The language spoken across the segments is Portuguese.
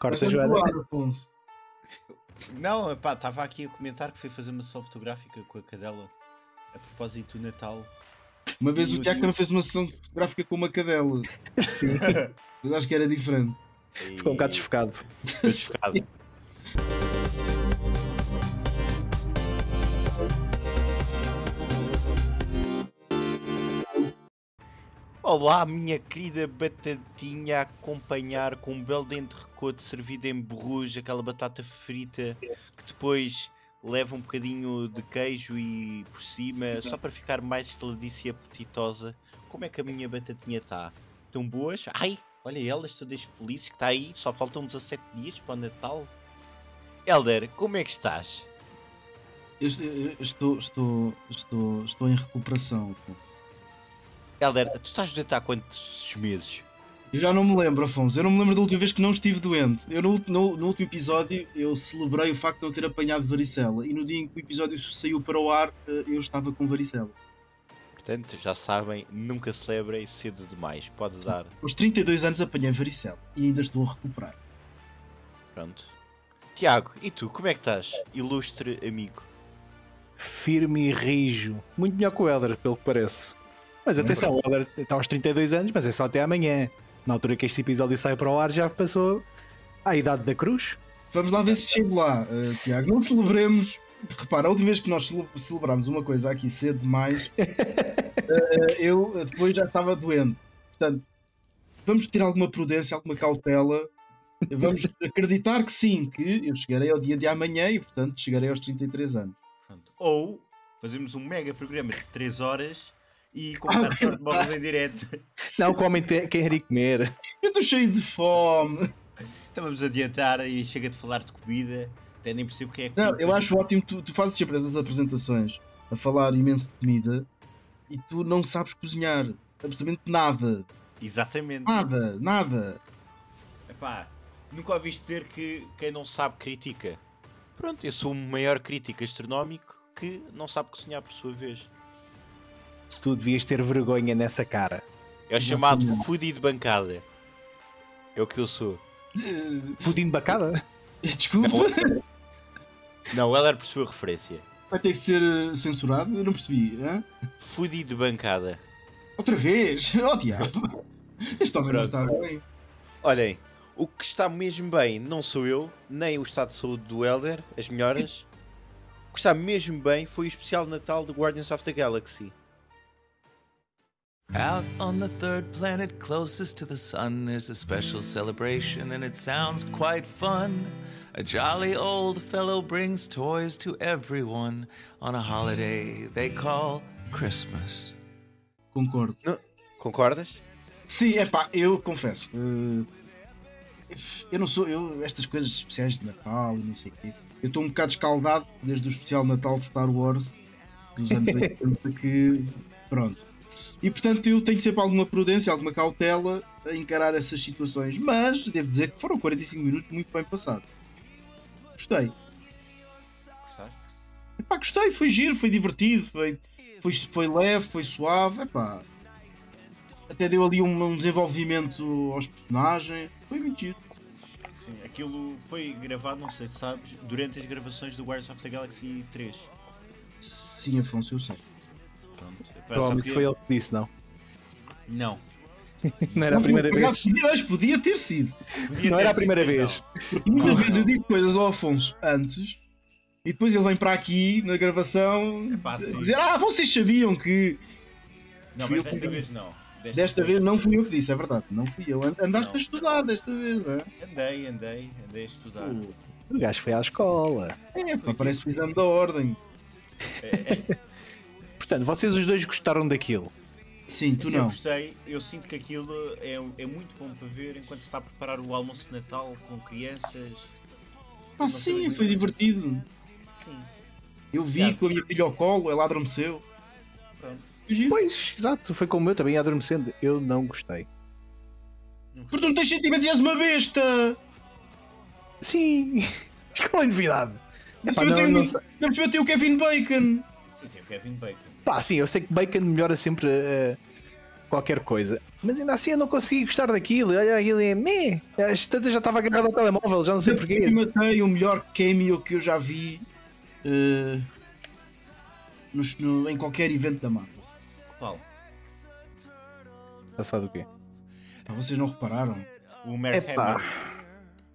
Corta, Vai Joana. continuar, Afonso. Não, pá, estava aqui a comentar que fui fazer uma sessão fotográfica com a cadela a propósito do Natal. Uma vez E o o Tiago dia- não fez uma sessão fotográfica com uma cadela. Sim, Mas acho que era diferente. E- ficou um bocado desfocado. Ficou desfocado. Olá, minha querida batatinha a acompanhar com um belo dente de recoto servido em borruja, aquela batata frita que depois leva um bocadinho de queijo e por Uhum. cima, só para ficar mais estaladiça e apetitosa. Como é que a minha batatinha está? Estão boas? Ai, olha elas todas felizes que está aí, só faltam 17 dias para o Natal. Helder, como é que estás? Eu, est- eu estou, estou, estou, estou em recuperação. Afonso. Helder, tu estás doente há quantos meses? Eu já não me lembro, Afonso. Eu não me lembro da última vez que não estive doente. Eu no, ult- no- no último episódio eu celebrei o facto de não ter apanhado varicela. E no dia em que o episódio saiu para o ar, eh, eu estava com varicela. Portanto, já sabem, nunca celebrem cedo demais. Pode dar, Aos 32 anos apanhei varicela e ainda estou a recuperar. pronto. Tiago, e tu, como é que estás? Ilustre amigo. Firme e rijo. Muito melhor que o Elder, pelo que parece. Mas atenção, o Elder está aos 32 anos, mas é só até amanhã. Na altura que este episódio sai para o ar, já passou à idade da cruz. Vamos lá ver se chego lá, eh, Tiago. Não celebremos. Repara, a última vez que nós cele- celebramos uma coisa aqui cedo demais, eh, eu eh, depois já estava doente. Portanto, vamos ter alguma prudência, alguma cautela. Vamos acreditar que sim, que eu chegarei ao dia de amanhã e, portanto, chegarei aos 33 anos. Pronto. Ou fazemos um mega programa de 3 horas e compramos de bolas em direto. Não, que o homem te- quer ir comer. Eu estou cheio de fome. Então vamos adiantar e chega de falar de comida. Até nem percebo quem é que. Não, eu acho ótimo, tu, tu fazes sempre essas apresentações a falar imenso de comida e tu não sabes cozinhar absolutamente nada. Exatamente. Nada, nada. Epá, nunca ouviste dizer que quem não sabe critica. Pronto, eu sou o maior crítico gastronómico que não sabe cozinhar por sua vez. Tu devias ter vergonha nessa cara. É o chamado foodie de bancada. É o que eu sou. Eh, Pudim de bacada? Desculpa, Não, ela era por sua referência. vai ter que ser eh, censurado? Eu não percebi. hã? Foodie de bancada. Outra vez? Oh diabo! Este homem não está bem. Olhem, o que está mesmo bem não sou eu, nem o estado de saúde do Elder, as melhoras. O que está mesmo bem foi o especial de Natal de Guardians of the Galaxy. Out on the third planet closest to the sun, there's a special celebration, and it sounds quite fun. A jolly old fellow brings toys to everyone on a holiday they call Christmas. Concordo. Concordas? Sim, é pá, eu confesso. eh, eu não sou. Eu, estas coisas especiais de Natal e não sei o quê. Eu estou um bocado escaldado desde o especial de Natal de Star Wars dos anos 80 que. Pronto. E portanto eu tenho sempre alguma prudência, alguma cautela a encarar essas situações. Mas devo dizer que foram 45 minutos muito bem passados. Gostei. Gostaste? Epá, gostei, foi giro, foi divertido, foi, foi, foi leve, foi suave, epá. Até deu ali um, um desenvolvimento aos personagens. Foi muito giro. Sim, aquilo foi gravado, não sei se sabes, durante as gravações do Guardians of the Galaxy 3. Sim, Afonso, eu sei. Pronto. Epá, só Provavelmente queria- foi ele que disse, não. Não. Não era a primeira Por acaso, vez. Podia, mas podia ter sido. Podia Não era ter a sido, primeira mas não. vez. Porque muitas vezes eu digo coisas ao Afonso antes e depois ele vem para aqui na gravação Epá, sim. dizer: Ah, vocês sabiam que. Não, Fui eu mas desta que- vez não. Desta, Desta vez não fui eu que disse, é verdade, não fui eu. And- Andaste Não. a estudar desta vez, é? Andei, andei, andei a estudar. O gajo foi à escola. É, pá, parece o exame da ordem. Portanto, vocês os dois gostaram daquilo. Sim, tu Assim, eu não. gostei, eu sinto que aquilo é, é muito bom para ver enquanto se está a preparar o almoço de Natal com crianças. Pá, sim, foi divertido. Sim, Eu vi Claro. com a minha filha ao colo, ela adormeceu. pronto. Pois, exato, foi como eu também ia adormecendo. Eu não gostei. Porque tu não tens sentimentos e és uma besta! Sim, mas qual é a novidade? um- Epá, eu não, tenho, não sei. não percebi, eu tenho o Kevin Bacon! Sim, tem o Kevin Bacon. Pá, sim, eu sei que Bacon melhora sempre a, eh, qualquer coisa. Mas ainda assim eu não consegui gostar daquilo. Olha, aquilo é meh. Às tantas já estava agarrado ao telemóvel, já não sei Eu porquê. matei o melhor cameo que eu já vi eh, nos- no- em qualquer evento da Marvel. Qual? Já se faz o quê? Pá, vocês não repararam? O Mark Epá. Hamill.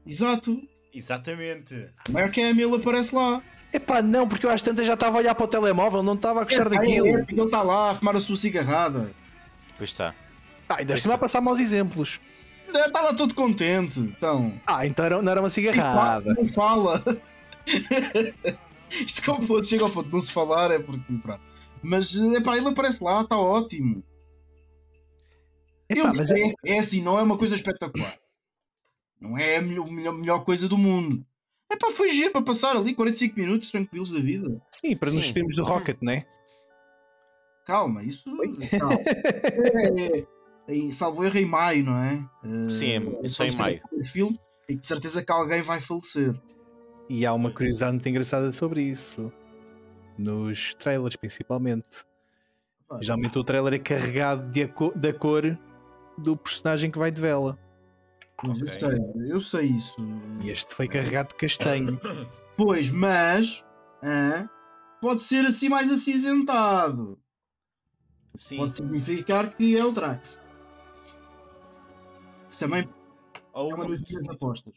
Exato, Exatamente. o maior cameo aparece lá. Epá, não, porque eu às tantas já estava a olhar para o telemóvel, não estava a gostar daquilo. Ele está lá a fumar a sua cigarrada. Pois está. Ah, ainda assim vai passar maus exemplos. Está tá lá todo contente. Então, Ah, então era- não era uma cigarrada. não fala. Isto é que ao ponto, chega ao ponto de não se falar, é porque. Pronto. Mas eh, epá, ele aparece lá, está ótimo. Eu Epá, mas é, sei, é... assim, não é uma coisa espetacular. Não é a melhor, melhor- melhor coisa do mundo. É pá, foi giro para passar ali 45 minutos tranquilos da vida. sim, assim, para nos Sim. filmes do Rocket, né? Calma, isso. Calma. É, é, em- salvo erro em maio, não é? Eh, Sim, é só em vamos ter maio. um Filme, e de certeza que alguém vai falecer. E há uma curiosidade muito engraçada sobre isso. Nos trailers, principalmente. Pá, Geralmente o trailer é carregado de aco- da cor do personagem que vai de vela. mas Ok. eu, sei, eu sei isso. E este foi carregado de castanho. Pois, mas hã, pode ser assim mais acinzentado. Sim. Pode significar que é o Drax. Também Ou é o uma das Groot. minhas apostas.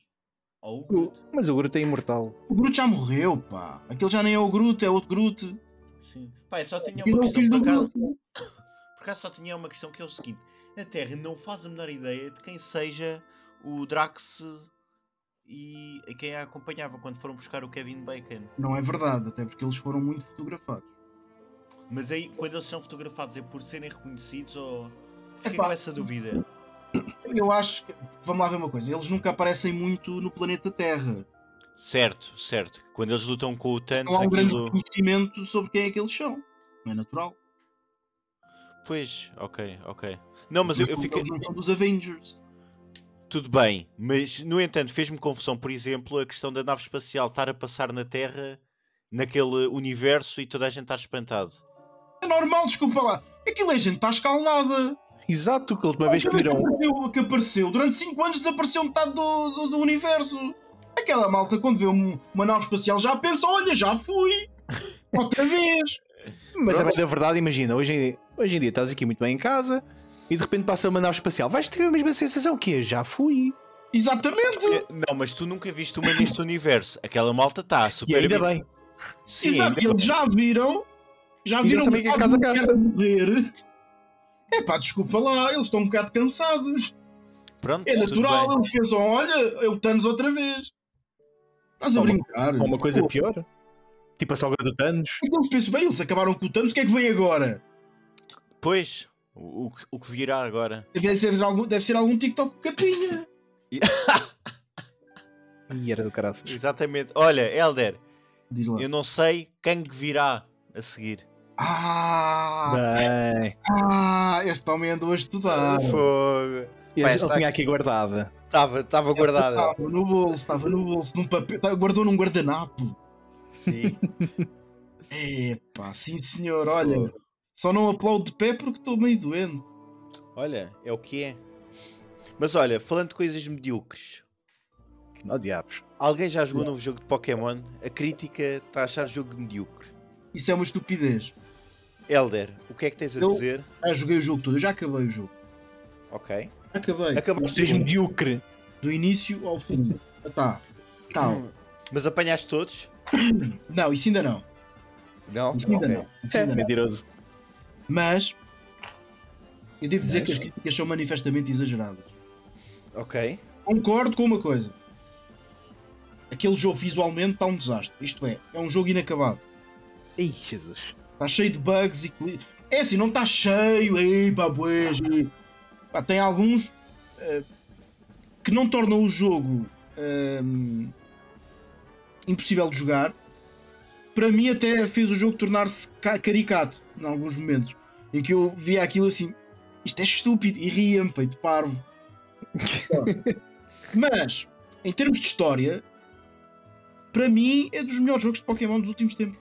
Ou o Groot. O- Mas o Groot é imortal. O Groot já morreu, pá. Aquele já nem é o Groot, é outro Groot. Sim. Pá, eu só tinha Aquele uma é o questão filho por do acaso. Groot. Por acaso só tinha uma questão que é o seguinte: a Terra não faz a menor ideia de quem seja o Drax e a quem a acompanhava quando foram buscar o Kevin Bacon. Não é verdade, até porque eles foram muito fotografados. Mas aí, quando eles são fotografados, é por serem reconhecidos ou. Fiquei Epá. com essa dúvida. Eu acho que. Vamos lá ver uma coisa. Eles nunca aparecem muito no planeta Terra. Certo, certo. Quando eles lutam com o Thanos, Não há um grande aquilo. conhecimento sobre quem é que eles são. Não é natural. Pois, ok, ok. Não, mas eu, eu fiquei. Eles não são dos Avengers. Tudo bem, mas no entanto fez-me confusão, por exemplo, a questão da nave espacial estar a passar na Terra, naquele universo e toda a gente estar espantado. É normal, desculpa lá. Aquilo é gente, está escalnada. Exato, que a última vez que viram. Aquilo é que apareceu, que apareceu. Durante 5 anos desapareceu metade do, do, do universo. Aquela malta, quando vê um- uma nave espacial, já pensa: olha, já fui. Outra vez. Mas é a bem da verdade, imagina, hoje em, hoje em dia estás aqui muito bem em casa e de repente passa uma nave espacial. Vais ter a mesma sensação que eu já fui. Exatamente. Eh, Não, mas tu nunca viste uma neste universo. Aquela malta está E super. ainda habi- bem. Sim, Exato, ainda eles bem. já viram. Já E já viram sabem que a casa bocado gasta. de morrer. É pá, desculpa lá, eles estão um bocado cansados. Pronto, É tudo natural, bem. eles pensam: olha, eu Thanos outra vez. Estás a Ou uma- brincar. Ou uma coisa Pô, pior. Tipo a sogra do Thanos. Então eles pensam: bem, eles acabaram com o Thanos, o que é que vem agora? Pois, o, o que- o que virá agora? Deve ser algum, deve ser algum TikTok capinha. E era do caraças. Exatamente. Olha, Helder, Diz lá. eu não sei quem que virá a seguir. Ah, Bem, ah, este homem andou a estudar. É Fogo. eu Pá, já está tinha aqui guardada. É Estava guardada. Estava no bolso, estava no bolso, num papel, tá- guardou num guardanapo. Sim. Epá, sim senhor, olha. Fogo. Só não aplaudo de pé porque estou meio doente. Olha, é o que é. Mas olha, falando de coisas medíocres, Ó diabos. alguém já jogou um novo jogo de Pokémon? A crítica está a achar jogo medíocre. Isso é uma estupidez. Elder, o que é que tens a Eu- dizer? Já joguei o jogo todo, eu já acabei o jogo. Ok. Já acabei. Acabaste Seja tudo. medíocre. Do início ao fim. Ah, Tá. Tá. Hum. Mas apanhaste todos? Não, isso ainda não. Não? Isso ainda Ok. não. Isso É. ainda não. Mentiroso. Mas eu devo dizer que as críticas são manifestamente exageradas. Ok. Concordo com uma coisa. Aquele jogo visualmente está um desastre. Isto é, é um jogo inacabado. Ih, Jesus. Está cheio de bugs e. cli- É assim, não está cheio, ei, babuês. ei. Pá, tem alguns eh, que não tornam o jogo ehm, impossível de jogar. Para mim, até fez o jogo tornar-se ca- caricato em alguns momentos. Em que eu via aquilo assim, isto é estúpido, e ria-me, feito parvo. Mas, em termos de história, para mim é dos melhores jogos de Pokémon dos últimos tempos.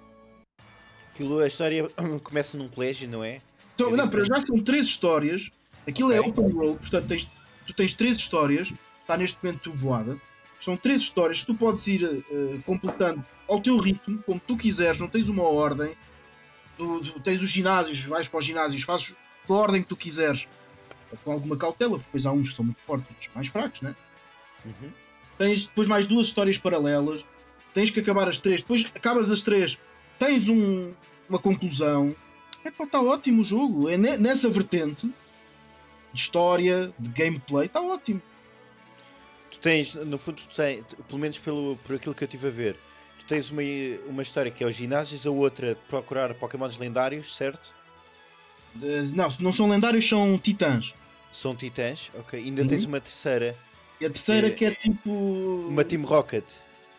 Aquilo, a história começa num colégio, não é? Então, É não, para diferente. já são três histórias Aquilo é Ok. open world, portanto tens, tu tens três histórias, está neste momento voada. São três histórias que tu podes ir eh, completando ao teu ritmo, como tu quiseres, não tens uma ordem. Tu, tu tens os ginásios, vais para os ginásios, fazes da ordem que tu quiseres, com alguma cautela, porque depois há uns que são muito fortes, outros mais fracos, né? Uhum. tens depois mais duas histórias paralelas, tens que acabar as três, depois acabas as três, tens um- uma conclusão. É pá, está ótimo o jogo. É ne- nessa vertente de história, de gameplay, está ótimo. Tu tens, no fundo, tu tens, pelo menos pelo, por aquilo que eu estive a ver, tu tens uma, uma história que é os ginásios, a outra de procurar pokémons lendários, certo? Eh, Não, não são lendários, são titãs. São titãs, ok. Ainda tens uma terceira, E a terceira É. que é tipo. uma Team Rocket,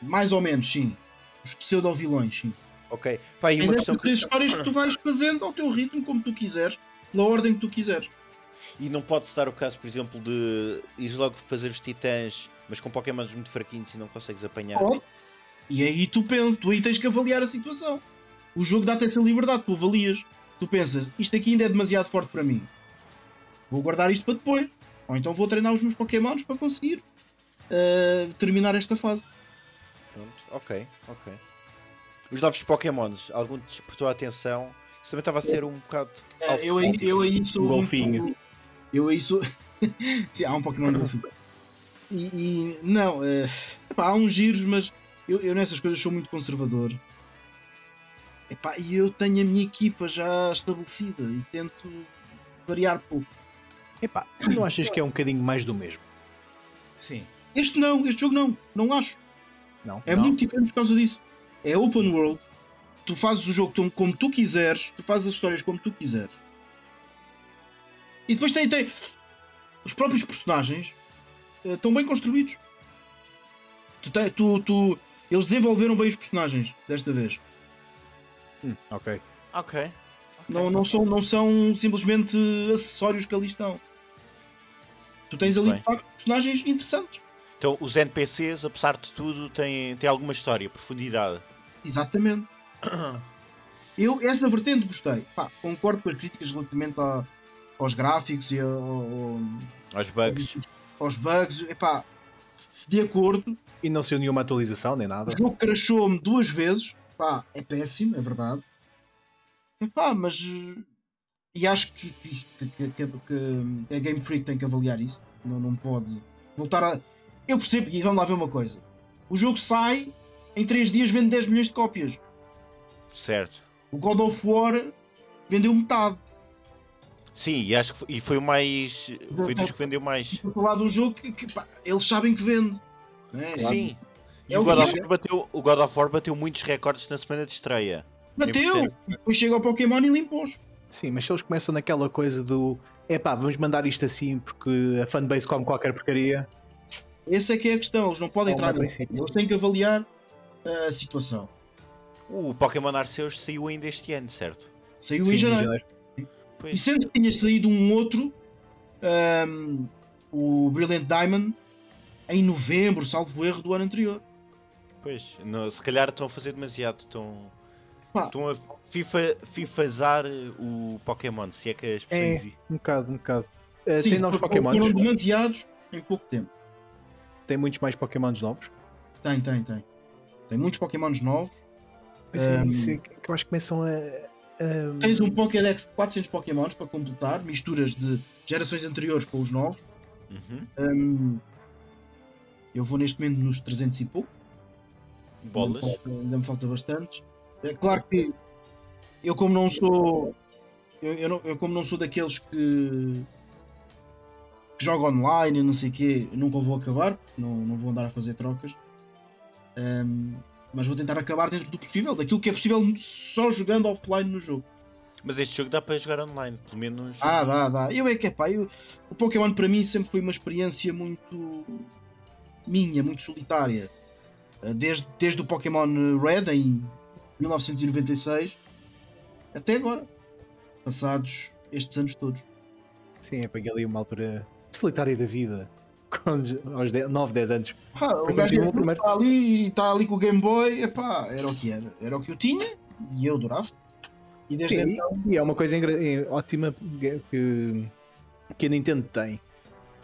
Mais ou menos, sim. Os pseudo-vilões, sim. ok. Pá, e Mas uma é questão por três que... histórias que tu vais fazendo ao teu ritmo, como tu quiseres, pela ordem que tu quiseres. E não pode dar o caso, por exemplo, de ires logo fazer os titãs, mas com pokémons muito fraquinhos e não consegues apanhar. né? Pode. E aí tu pensas, tu aí tens que avaliar a situação. O jogo dá-te essa liberdade, tu avalias. Tu pensas, isto aqui ainda é demasiado forte para mim. Vou guardar isto para depois. Ou então vou treinar os meus Pokémons para conseguir ah, terminar esta fase. Pronto, ok, ok. Os novos Pokémons, algum te despertou a atenção? Isso também estava a ser um bocado. de alvo de É, eu, aí, crítica. eu aí sou. Um golfinho. muito- Eu aí sou. Sim, há um Pokémon golfinho. E, e não, eh, epá, há uns giros, mas eu, eu nessas coisas sou muito conservador. Epá, e eu tenho a minha equipa já estabelecida e tento variar pouco. Epá, tu não achas que é um bocadinho mais do mesmo? Sim. Este não, este jogo não, não acho. Não? É Não. muito diferente por causa disso. É open world, tu fazes o jogo tão- como tu quiseres, tu fazes as histórias como tu quiseres. E depois tem, tem- os próprios personagens eh, estão bem construídos. Tu, te- tu- tu- eles desenvolveram bem os personagens desta vez. Hum, ok. Ok. Não, não são, não são simplesmente acessórios que ali estão. Tu tens ali Bem. de facto personagens interessantes. Então, os NPCs, apesar de tudo, têm, têm alguma história, profundidade. Exatamente. Eu, essa vertente, gostei. Pá, concordo com as críticas relativamente a- aos gráficos e ao- Aos bugs. aos bugs. Epá, se de acordo, E não saiu nenhuma atualização nem nada? o jogo crashou-me duas vezes. Pá, é péssimo, é verdade. Epá, mas. eh, E acho que, que, que- que- que a Game Freak tem que avaliar isso. Não, não pode voltar a. Eu percebo, e vamos lá ver uma coisa: o jogo sai, em 3 dias vende 10 milhões de cópias. Certo. O God of War vendeu metade. Sim, e acho que foi, e foi o mais. Foi dos que vendeu mais. Estou a falar de um jogo que, que, pá, eles sabem que vende. né? Sim. E É o o God, que of War bateu, o God of War bateu muitos recordes na semana de estreia. Bateu! Importante. E depois chega ao Pokémon e limpou-os. Sim, mas se eles começam naquela coisa do epá, vamos mandar isto assim porque a fanbase come qualquer porcaria. Essa é que é a questão. Eles não podem É um entrar bom nisso. princípio. Eles têm que avaliar a situação. O Pokémon Arceus saiu ainda este ano, certo? Saiu Sim, em janeiro. E Pois. sendo que tinha saído um outro, ahm, o Brilliant Diamond, em novembro, salvo erro, do ano anterior. Pois, não, se calhar estão a fazer demasiado, estão, Pá. estão a FIFA, FIFAzar o Pokémon, se é que as pessoas É. dizem. Um bocado, um bocado. Uh, Sim, tem novos porque Pokémon? Foram demasiados em pouco tempo. Tem muitos mais Pokémons novos? Tem, tem, tem. Tem muitos Pokémons novos. Pois é, Um, isso é que que eu acho que começam a. a- Tens um Pokédex de 400 Pokémons para completar, misturas de gerações anteriores com os novos. Uhum. Hum, eu vou neste momento nos 300 e pouco. Bolas. Ainda me falta- Ainda me falta bastantes. É claro que eu como não sou. Eu, eu não- eu como não sou daqueles que, que joga online e não sei o quê, eu nunca vou acabar, porque não, não vou andar a fazer trocas. Hum, mas vou tentar acabar dentro do possível, daquilo que é possível só jogando offline no jogo. Mas este jogo dá para jogar online, pelo menos. Ah, dá, dá. Eu é que é pá, eu- o Pokémon para mim sempre foi uma experiência muito minha, muito solitária. Eh, Desde, desde o Pokémon Red em 1996 até agora. Passados estes anos todos. Sim, é para ali uma altura solitária da vida. Quando, aos 10, 9, 10 anos. Ah, Foi o quando gajo tive o primeiro. está ali, está ali com o Game Boy, epá, era o que era. Era o que eu tinha e eu adorava. E desde Sim, então e- e é uma coisa engra- é ótima que que a Nintendo tem,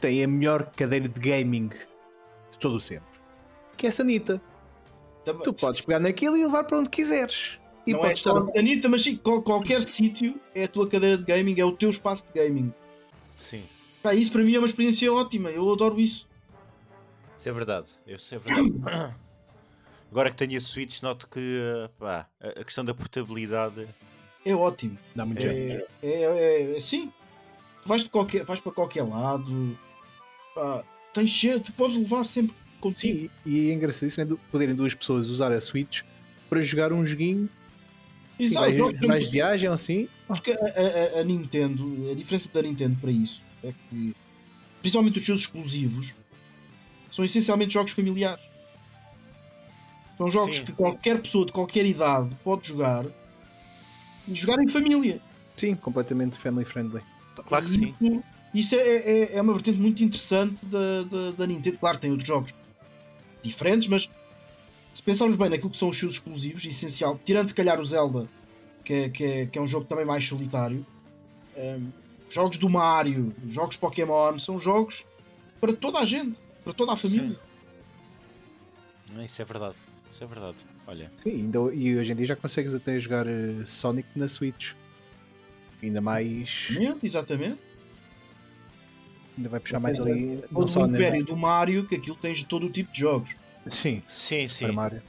tem a melhor cadeira de gaming de todo o sempre, que é a Sanita. Também- Tu podes pegar naquilo e levar para onde quiseres. E não é podes estar estar. Anitta, mas sim, qual- qualquer sítio é a tua cadeira de gaming, é o teu espaço de gaming. Sim, Pá, isso para mim é uma experiência ótima, eu adoro isso. isso é verdade. Isso é verdade. Agora que tenho a Switch, noto que eh, pá, a a questão da portabilidade É ótimo. Dá muito jeito. É, é, é, é- sim. Tu vais, de qualquer, vais para qualquer lado. Pá, tens cheio, tu podes levar sempre contigo. Sim, e é engraçadíssimo é du- poderem duas pessoas usar a Switch para jogar um joguinho. Sim, Exato, vais, nós temos- vais de viagem ou assim. Porque a, a- a Nintendo, a diferença da Nintendo para isso é que, principalmente os seus exclusivos, são essencialmente jogos familiares. São jogos Sim. que qualquer pessoa de qualquer idade pode jogar e jogar em família. Sim, completamente family friendly. Claro que E sim. Isso, isso é, é- é uma vertente muito interessante da, da, da Nintendo. Claro, tem outros jogos diferentes, mas se pensarmos bem naquilo que são os seus exclusivos, essencial, tirando se calhar o Zelda, que é, que é, que é um jogo também mais solitário, hum, jogos do Mario, jogos Pokémon, são jogos para toda a gente, para toda a família. Isso é verdade. Isso é verdade. Olha, Sim, ainda, e hoje em dia já consegues até jogar eh, Sonic na Switch. Ainda mais. Exatamente, Exatamente. Ainda vai puxar mais ali. Ou Não do só nas. um Império do Mario, que aquilo tens de todo o tipo de jogos. Sim, sim, sim. Super Mario.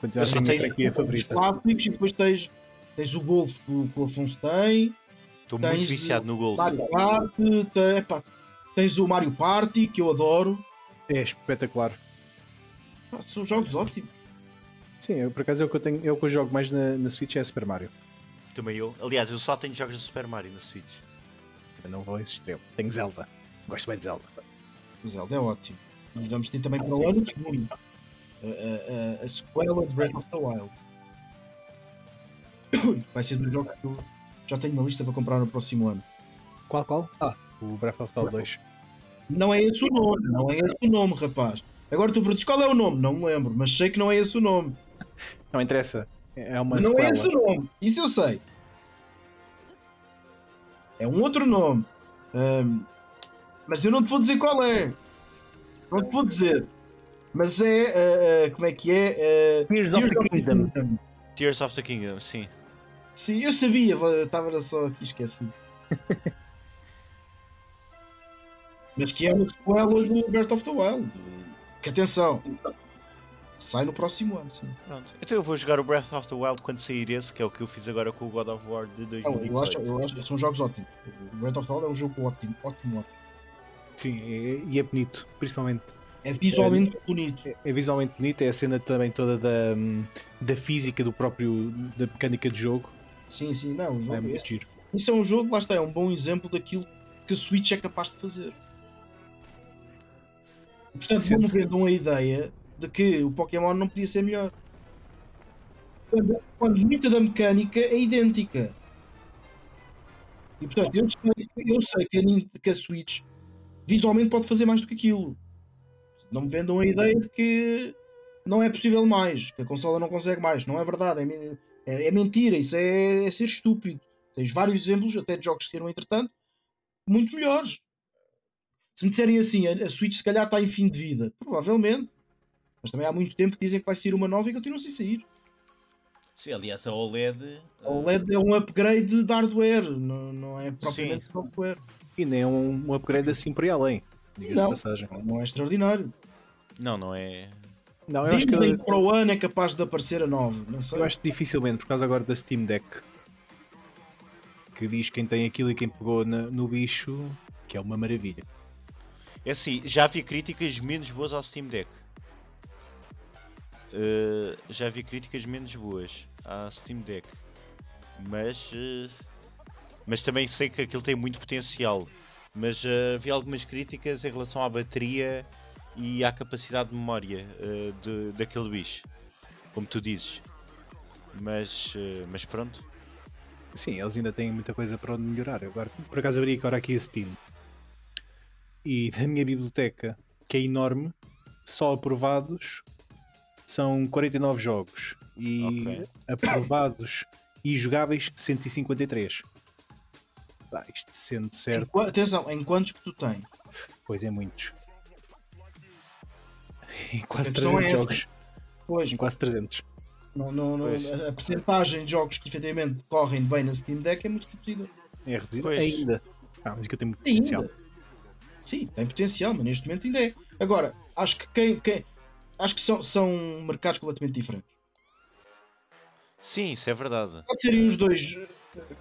Continua a Eu ser só É a minha tenho- um franquia Os favorita. clássicos, e depois tens, tens o Golf que o- que o Afonso tem, Estou muito Tens, viciado no Gold. Mario Kart, te- epá, tens o Mario Party, que eu adoro. É espetacular. Pá, São jogos ótimos. Sim, eu, por acaso é o que eu, tenho, é o que eu jogo mais na, na Switch é Super Mario. Também eu. Aliás, eu só tenho jogos do Super Mario na Switch. Eu não vou a esse extremo. Tenho Zelda. Gosto bem de Zelda. O Zelda é ótimo. E vamos ter também para o ano segundo a, a- a- a sequela de Breath of the Wild. Vai ser dos jogos que eu já tenho na lista para comprar no próximo ano. Qual, qual? Ah, o Breath of the Wild 2. Não é esse o nome, não é esse o nome, rapaz. Agora tu perguntas qual é o nome, não me lembro, mas sei que não é esse o nome. Não interessa. É uma não sequela. é esse o nome, isso eu sei. É um outro nome. Ahm, mas eu não te vou dizer qual é. Não te vou dizer. Mas é. ah, ah, como é que é? Ah, Tears Tears of the Kingdom. Tears of the Kingdom, sim. Sim, eu sabia, eu estava só aqui esquecido. mas que é uma sequela do Breath of the Wild. Que atenção. Sai no próximo ano, sim. Pronto. Então eu vou jogar o Breath of the Wild quando sair esse, que é o que eu fiz agora com o God of War de Não, eu, acho, 2018. eu acho que são jogos ótimos. O Breath of the Wild é um jogo ótimo, ótimo, ótimo. Sim, é- e é bonito, principalmente. É visualmente bonito. É- É visualmente bonito, é a cena também toda da, hum, da física do próprio, da mecânica de jogo. Sim, sim, não. o É jogo- muito esse- giro. isso é um jogo, lá está, é um bom exemplo daquilo que a Switch é capaz de fazer. Portanto, Sim, vamos sim, ver de uma ideia de que o Pokémon não podia ser melhor. Quando, quando muita da mecânica é idêntica. E portanto, eu sei, eu sei que, a, Nin- que a Switch visualmente pode fazer mais do que aquilo. Não me vendam a ideia de que não é possível mais, que a consola não consegue mais. Não é verdade, é, men- é- é mentira, isso é, é ser estúpido. Tens vários exemplos, até de jogos que saíram entretanto, muito melhores. Se me disserem assim, a, a Switch se calhar está em fim de vida, provavelmente. Mas também há muito tempo que dizem que vai sair uma nova e continuam sem sair. Sim, aliás, a OLED. eh, A OLED é um upgrade de hardware, não, não é propriamente software. E nem é um, um upgrade assim por aí além. Diga-se de Não. passagem. Não é extraordinário. Não, não é. Não, eu acho, que, Dizem que para o ano é capaz de aparecer a nova. Não sei. eu acho que dificilmente, por causa agora da Steam Deck, que diz quem tem aquilo e quem pegou na- no bicho, que é uma maravilha. É assim, já havia críticas menos boas ao Steam Deck. Eh, já havia críticas menos boas à Steam Deck. Mas. eh, mas também sei que aquilo tem muito potencial. Mas eh, havia algumas críticas em relação à bateria e à capacidade de memória eh, de- daquele bicho. Como tu dizes. Mas, eh, mas pronto. Sim, eles ainda têm muita coisa para onde melhorar. Eu Agora, por acaso abri agora aqui a Steam. E da minha biblioteca, que é enorme, só aprovados são 49 jogos. E Ok. aprovados e jogáveis 153. Pá, isto sendo é certo, Enqu- atenção, em quantos que tu tens? pois é muitos. Em quase A questão 300 é essa. jogos. Pois, Em quase 300. não, não, não- Pois. a- a percentagem de jogos que efetivamente correm bem na Steam Deck é muito reduzida. É reduzido Pois. ainda. Ah, mas é que eu tenho muito potencial. Ainda. Sim, tem potencial, mas neste momento ainda é. Agora, acho que quem. quem- acho que são, são mercados completamente diferentes. Sim, isso é verdade. Pode serem os dois.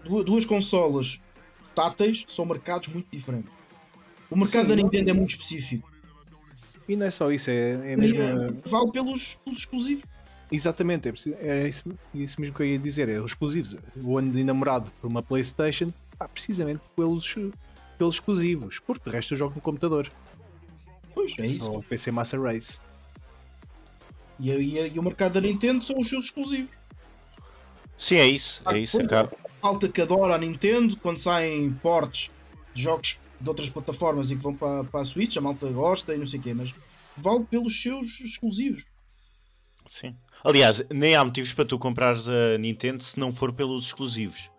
du- Duas consolas táteis são mercados muito diferentes. O mercado Sim. da Nintendo é muito específico. E não é só isso, é, é mesmo. É, Vale pelos, pelos exclusivos. Exatamente, é, preciso- é isso, isso mesmo que eu ia dizer, é os exclusivos. O ano de namorado por uma Playstation, pá, precisamente pelos, pelos exclusivos, porque de resto eu jogo no computador. Pois, é isso. Só o PC Master Race. E, e- e o mercado da Nintendo são os seus exclusivos. Sim, é isso. É isso. Acaba. Alta que adora a Nintendo, quando saem portes de jogos de outras plataformas e que vão para, para a Switch, a malta gosta e não sei o quê, mas vale pelos seus exclusivos. Sim. Aliás, nem há motivos para tu comprares a Nintendo se não for pelos exclusivos.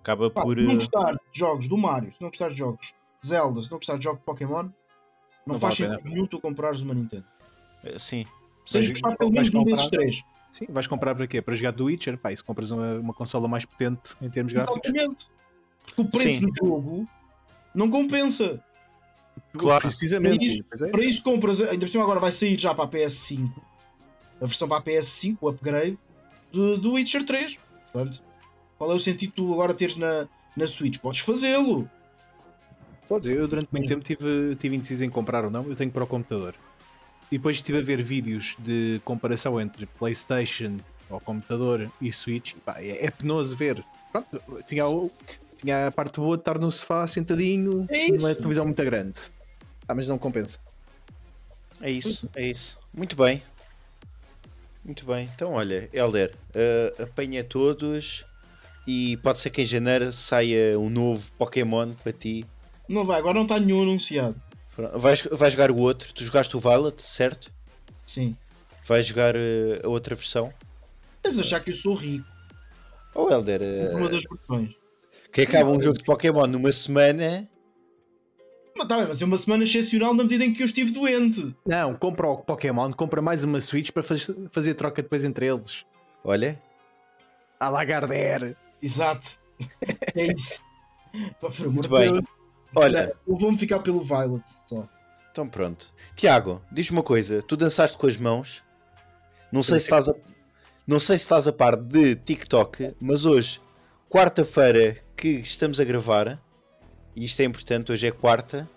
Acaba Pá, por. Se não eh, gostar de jogos do Mario, se não gostar de jogos Zelda, se não gostar de jogos de Pokémon, não, Não faz vale a sentido nenhum tu comprares uma Nintendo. eh, Sim. Tens Mas de gostar pelo vais menos de um desses comprar- três. Sim, vais comprar para quê? Para jogar do Witcher? Pá, e se compras uma, uma consola mais potente em termos é gráficos? Exatamente. Porque o preço Sim. do jogo não compensa. Claro. Precisamente. Isso, pois é. Para isso compras, ainda por cima agora vai sair já para a PS5, a versão para a PS5, o upgrade do, do Witcher 3. Portanto, qual é o sentido tu agora teres na, na Switch? Podes fazê-lo. Podes, eu durante muito tempo tive, tive indeciso em comprar ou não, eu tenho para o computador. E depois estive a ver vídeos de comparação entre Playstation ou computador e Switch, e pá, é, é penoso ver. Pronto, tinha, o- tinha a parte boa de estar no sofá sentadinho, É numa isso. televisão muito grande. Ah, mas não compensa. É isso, é isso. Muito bem. Muito bem. Então, olha, Helder, eh, apanha todos e pode ser que em janeiro saia um novo Pokémon para ti. Não vai, agora não está nenhum anunciado. Pronto, Vais, vais jogar o outro. Tu jogaste o Violet, certo? Sim. Vais jogar eh, a outra versão. É. Deves achar que eu sou rico, Ou oh, Helder, por uma das versões. que acaba um jogo de Pokémon numa semana. Mas tá bem, mas é uma semana excepcional na medida em que eu estive doente. Não, compra o Pokémon, compra mais uma Switch para faz- fazer troca depois entre eles. Olha, A Lagardère! Exato. É isso. Pá, por amor de muito bem. Deus. Olha, Eu vou-me ficar pelo Violet só. Então pronto. Tiago, diz-me uma coisa. Tu dançaste com as mãos. Não sei, se estás a... não sei se estás a par de TikTok, mas hoje, quarta-feira que estamos a gravar, e isto é importante, hoje é quarta,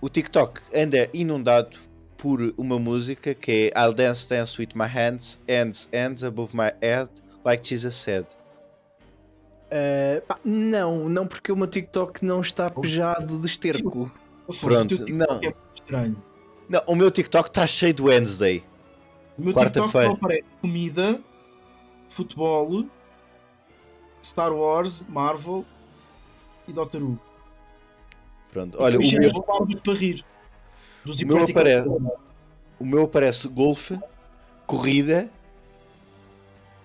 o TikTok anda inundado por uma música que é I'll dance, dance with my hands, hands, hands above my head, like Jesus said. Ah, pá, não, não porque o meu TikTok não está pejado de esterco. Afonso, Pronto, o teu TikTok não. é muito estranho. Não, o meu TikTok está cheio de Wednesday. O meu TikTok Quarta-feira. só aparece comida, futebol, Star Wars, Marvel e Doctor Who. Pronto, olha, o Depois meu... chega a falar muito para rir. Dos O meu hipotéticos- O meu aparece golfe, corrida.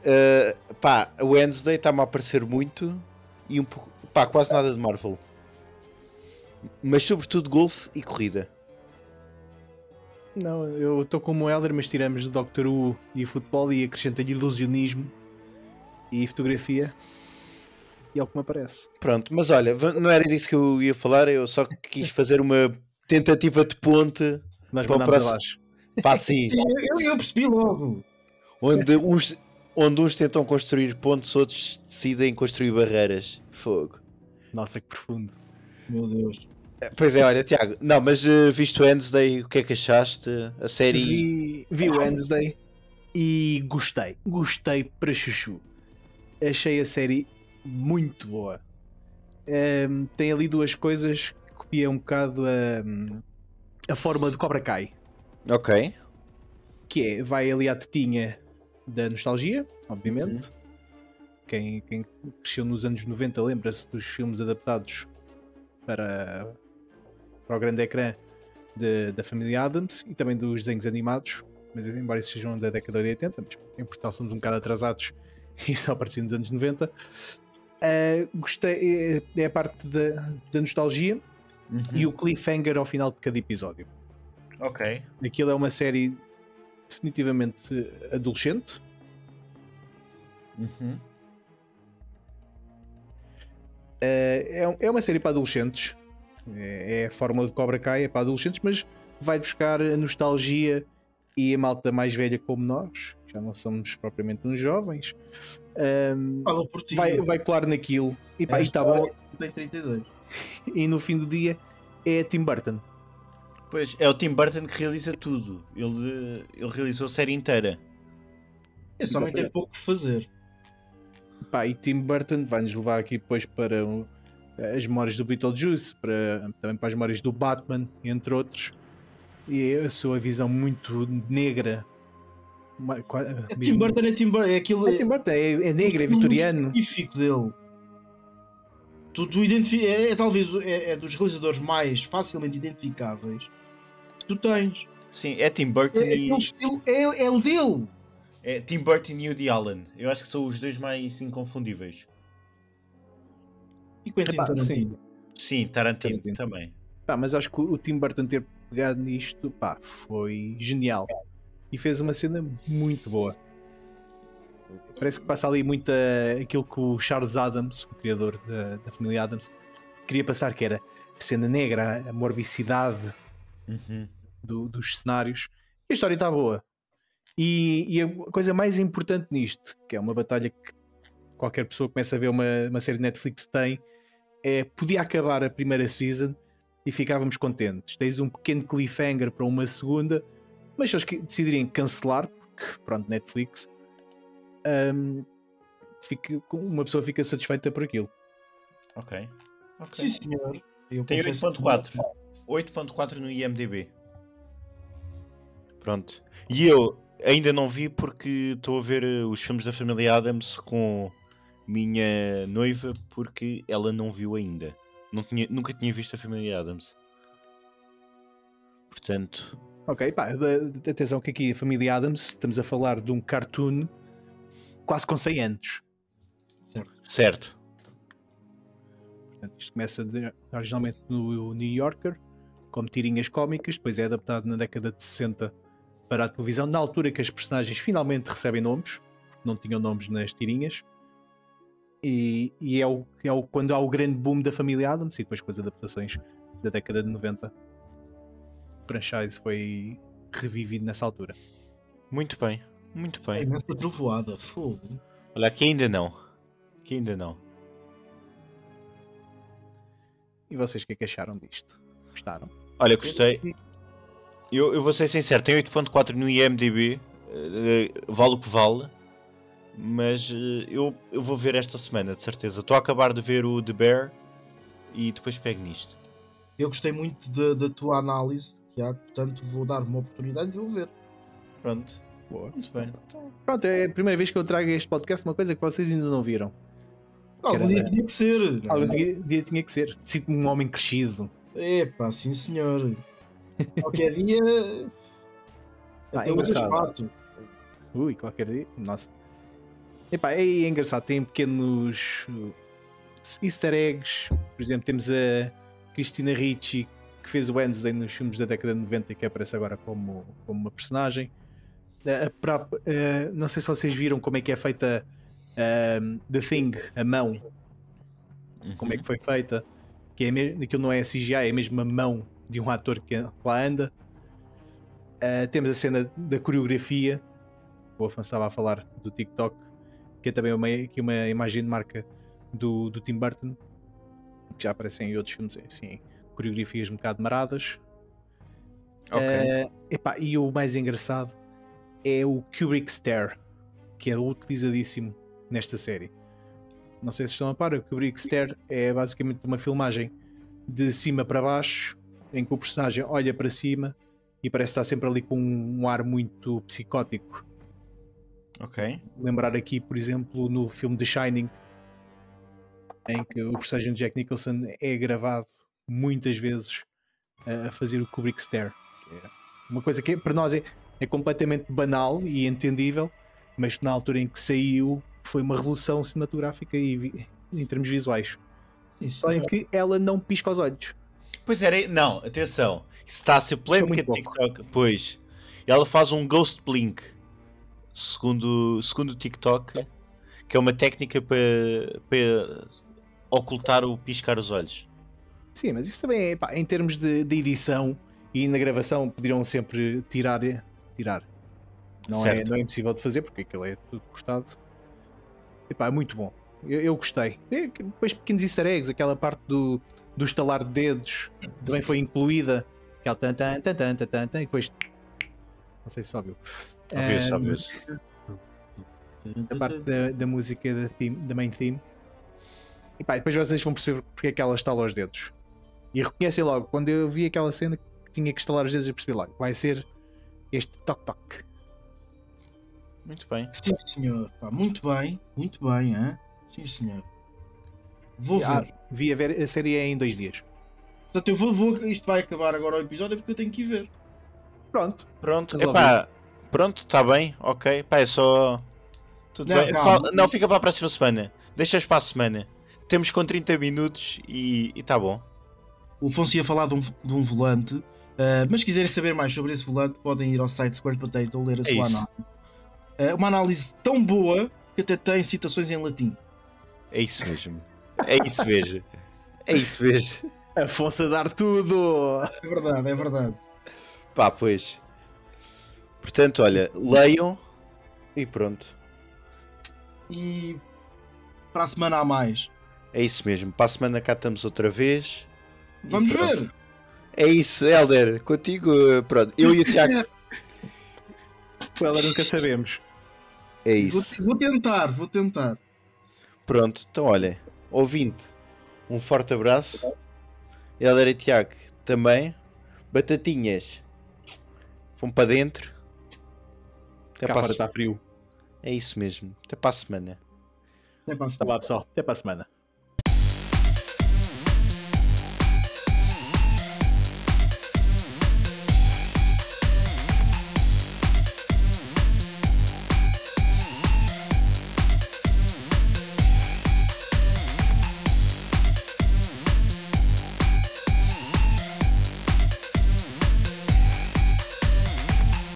eh, pá, o Wednesday está-me a aparecer muito e um pouco, pá, quase nada de Marvel. Mas sobretudo golfe e corrida. Não, eu estou como o Helder, mas tiramos de Doctor Who e futebol e acrescenta-lhe ilusionismo e fotografia. E é o que me aparece. Pronto, mas olha, va- não era disso que eu ia falar, eu só quis fazer uma tentativa de ponte Nós Para o mandamos próximo- abaixo. para assim, Sim, eu, eu percebi logo. onde uns, onde uns tentam construir pontes, outros decidem construir barreiras. Fogo. Nossa, que profundo. Meu Deus. Pois é, olha, Tiago, não, mas eh, visto Wednesday, o que é que achaste? A série. Vi, vi Wednesday e gostei. Gostei para chuchu. Achei a série muito boa. Ahm, tem ali duas coisas que copia um bocado a, a forma de Cobra Kai. Ok. que é, vai ali à tetinha da nostalgia, obviamente. Quem, quem cresceu nos anos 90 lembra-se dos filmes adaptados para, para o grande ecrã de- da família Adams e também dos desenhos animados, mas embora esses sejam da década de 80, mas em Portugal somos um bocado atrasados e só apareciam nos anos 90. Ahm, Ah, gostei, é- é a parte da, da nostalgia e o cliffhanger ao final de cada episódio. Ok. Aquilo é uma série definitivamente adolescente, Uhum. Eh, é, um- é uma série para adolescentes. É, é a fórmula de Cobra Kai, é para adolescentes, mas vai buscar a nostalgia e a malta mais velha como nós, já não somos propriamente uns jovens, ahm, Fala por ti. vai, vai colar naquilo e, pá, e tá bom. Tem 32. E no fim do dia é Tim Burton. Pois, é o Tim Burton que realiza tudo. Ele, ele realizou a série inteira. Esse homem tem Exatamente. pouco que fazer. Pá, e Tim Burton vai-nos levar aqui depois para o- as memórias do Beetlejuice, para, também para as memórias do Batman, entre outros. E é a sua visão muito negra. ma- qua- É Tim mesmo- Burton é Tim Burton. É aquilo. É Tim Burton, é, é negro, é vitoriano. específico dele. Tu, tu identifi- é, é talvez é, é dos realizadores mais facilmente identificáveis que tu tens. Sim, é Tim Burton É, e. aquele estilo é, é o dele. É Tim Burton e Woody Allen. Eu acho que são os dois mais inconfundíveis. E Quentin Epá, Tarantino. Sim, Tarantino, Tarantino. também. Pá, mas acho que o Tim Burton ter pegado nisto pá, foi genial. E fez uma cena muito boa. Parece que passa ali muito ah, aquilo que o Charles Adams, o criador da, da família Adams, queria passar, que era a cena negra, a morbicidade Uhum. do- dos cenários. E a história está boa. E, e a coisa mais importante nisto, que é uma batalha que qualquer pessoa que começa a ver uma, uma série de Netflix tem, é podia acabar a primeira season e ficávamos contentes. Tens um pequeno cliffhanger para uma segunda, mas se eles que- decidirem cancelar, porque pronto, Netflix, hum, fica- uma pessoa fica satisfeita por aquilo. Ok. Sim, senhor. Eu Tem confesso que- 8.4. 8.4 no IMDB. Pronto. E eu ainda não vi porque estou a ver eh, os filmes da família Adams com minha noiva porque ela não viu ainda. Não tinha- nunca tinha visto a família Adams. Portanto, Ok, pá, de- de- atenção que aqui é a família Adams, estamos a falar de um cartoon quase com 100 anos. certo. Portanto, isto começa de- originalmente no New Yorker, como tirinhas cómicas, depois é adaptado na década de 60 para a televisão, na altura que as personagens finalmente recebem nomes, porque não tinham nomes nas tirinhas. E, e é, o, é o- quando há o grande boom da família Adams e depois com as adaptações da década de 90. O franchise foi revivido nessa altura. Muito bem. Muito É bem. imensa trovoada. Fogo. Olha, aqui ainda não. Aqui ainda não. E vocês o que é que acharam disto? Gostaram? Olha, gostei. Eu, eu vou ser sincero, tem 8.4 no IMDB, eh, vale o que vale, mas eh, eu, eu vou ver esta semana, de certeza. Estou a acabar de ver o The Bear e depois pego nisto. Eu gostei muito da- da tua análise, Tiago. Portanto, vou dar uma oportunidade e vou ver. Pronto, Boa. muito bem. Pronto, é a primeira vez que eu trago a este podcast uma coisa que vocês ainda não viram. Algum dia Caramba. tinha que ser. não é? Algum dia, dia tinha que ser. Sinto-me um homem crescido. Epá, sim senhor. Qualquer dia. Ah, até é outras engraçado. quatro. Ui, qualquer dia. Nossa. Epá, é, é engraçado. Tem pequenos uh, easter eggs. Por exemplo, temos a Cristina Ricci, que fez o Wednesday nos filmes da década de 90 e que aparece agora como, como uma personagem. A- a própria- eh, não sei se vocês viram como é que é feita ahm, The Thing, a mão. como é que foi feita, que é mesmo, aquilo não é CGI, é mesmo a mão de um ator que lá anda. Ah, temos a cena da coreografia, o Afonso estava a falar do TikTok, que é também uma, aqui uma imagem de marca do, do Tim Burton, que já aparecem em outros filmes, assim, coreografias um bocado maradas. Ok. Eh, epá, e o mais engraçado é o Kubrick Stare, que é utilizadíssimo nesta série. Não sei se estão a par, o Kubrick Stare é basicamente uma filmagem de cima para baixo, em que o personagem olha para cima e parece estar sempre ali com um ar muito psicótico Ok. lembrar aqui, por exemplo, no filme The Shining, em que o personagem de Jack Nicholson é gravado muitas vezes eh, a a fazer o Kubrick Stare. que é Uma coisa que para nós é, é completamente banal e entendível, mas que na altura em que saiu foi uma revolução cinematográfica e vi- em termos visuais. Sim, sim. Além de que ela não pisca os olhos. Pois era, não, atenção. Isso está a ser polémica muito de TikTok. Pois. Ela faz um ghost blink, segundo, segundo o TikTok, que é uma técnica para, para ocultar o piscar os olhos. Sim, mas isso também é, pá, em termos de, de edição e na gravação poderiam sempre tirar. tirar. Não, é, Certo. não é impossível de fazer porque aquilo é tudo cortado. E pá, é muito bom. Eu, eu gostei. E depois pequenos easter eggs, aquela parte do, do estalar de dedos também foi incluída. Aquela tan tan tan tan tan, tan, tan e depois. Não sei se só viu. Talvez, Ah, talvez. a parte da, da música da, theme- da main theme. E pá, depois vocês vão perceber porque é que ela estala os dedos. E reconhecem logo, quando eu vi aquela cena que tinha que estalar os dedos, eu percebi logo, vai ser este toc-toc. Muito bem. Sim, senhor. Pá, muito bem, muito bem, hein? Sim, senhor. Uhum. Vou Ah, ver. vi a, ver- a série em dois dias. Portanto, eu vou, vou- Isto vai acabar agora o episódio porque eu tenho que ir ver. Pronto. Pronto, Resolvido. epá, pronto, está bem, ok. Pá, é só. Tudo Não, bem. calma. Fal- não, fica para a próxima semana. Deixas para a semana. Temos com 30 minutos e está bom. O Afonso ia falar de um, de um volante, ah, mas se quiserem saber mais sobre esse volante, podem ir ao site Square Potato É ler a sua isso. análise. Ah, uma análise tão boa que até tem citações em latim. É isso mesmo. É isso mesmo. É isso mesmo. Afonso a dar tudo! É verdade, é verdade. Pá, pois. Portanto, olha, leiam e pronto. E para a semana a mais. É isso mesmo. Para a semana cá estamos outra vez. E Vamos pronto. ver! É isso, Helder. Contigo, eh, pronto. Eu e o Tiago. Com ela nunca sabemos. É Vou, isso. vou tentar, vou tentar. Pronto, então olha, ouvinte, um forte abraço. Helder e Tiago também. Batatinhas, vão para dentro. Até Cá para a fora se- está frio. É isso mesmo. Até para a semana. Até para a Tá semana. lá pessoal, até para a semana.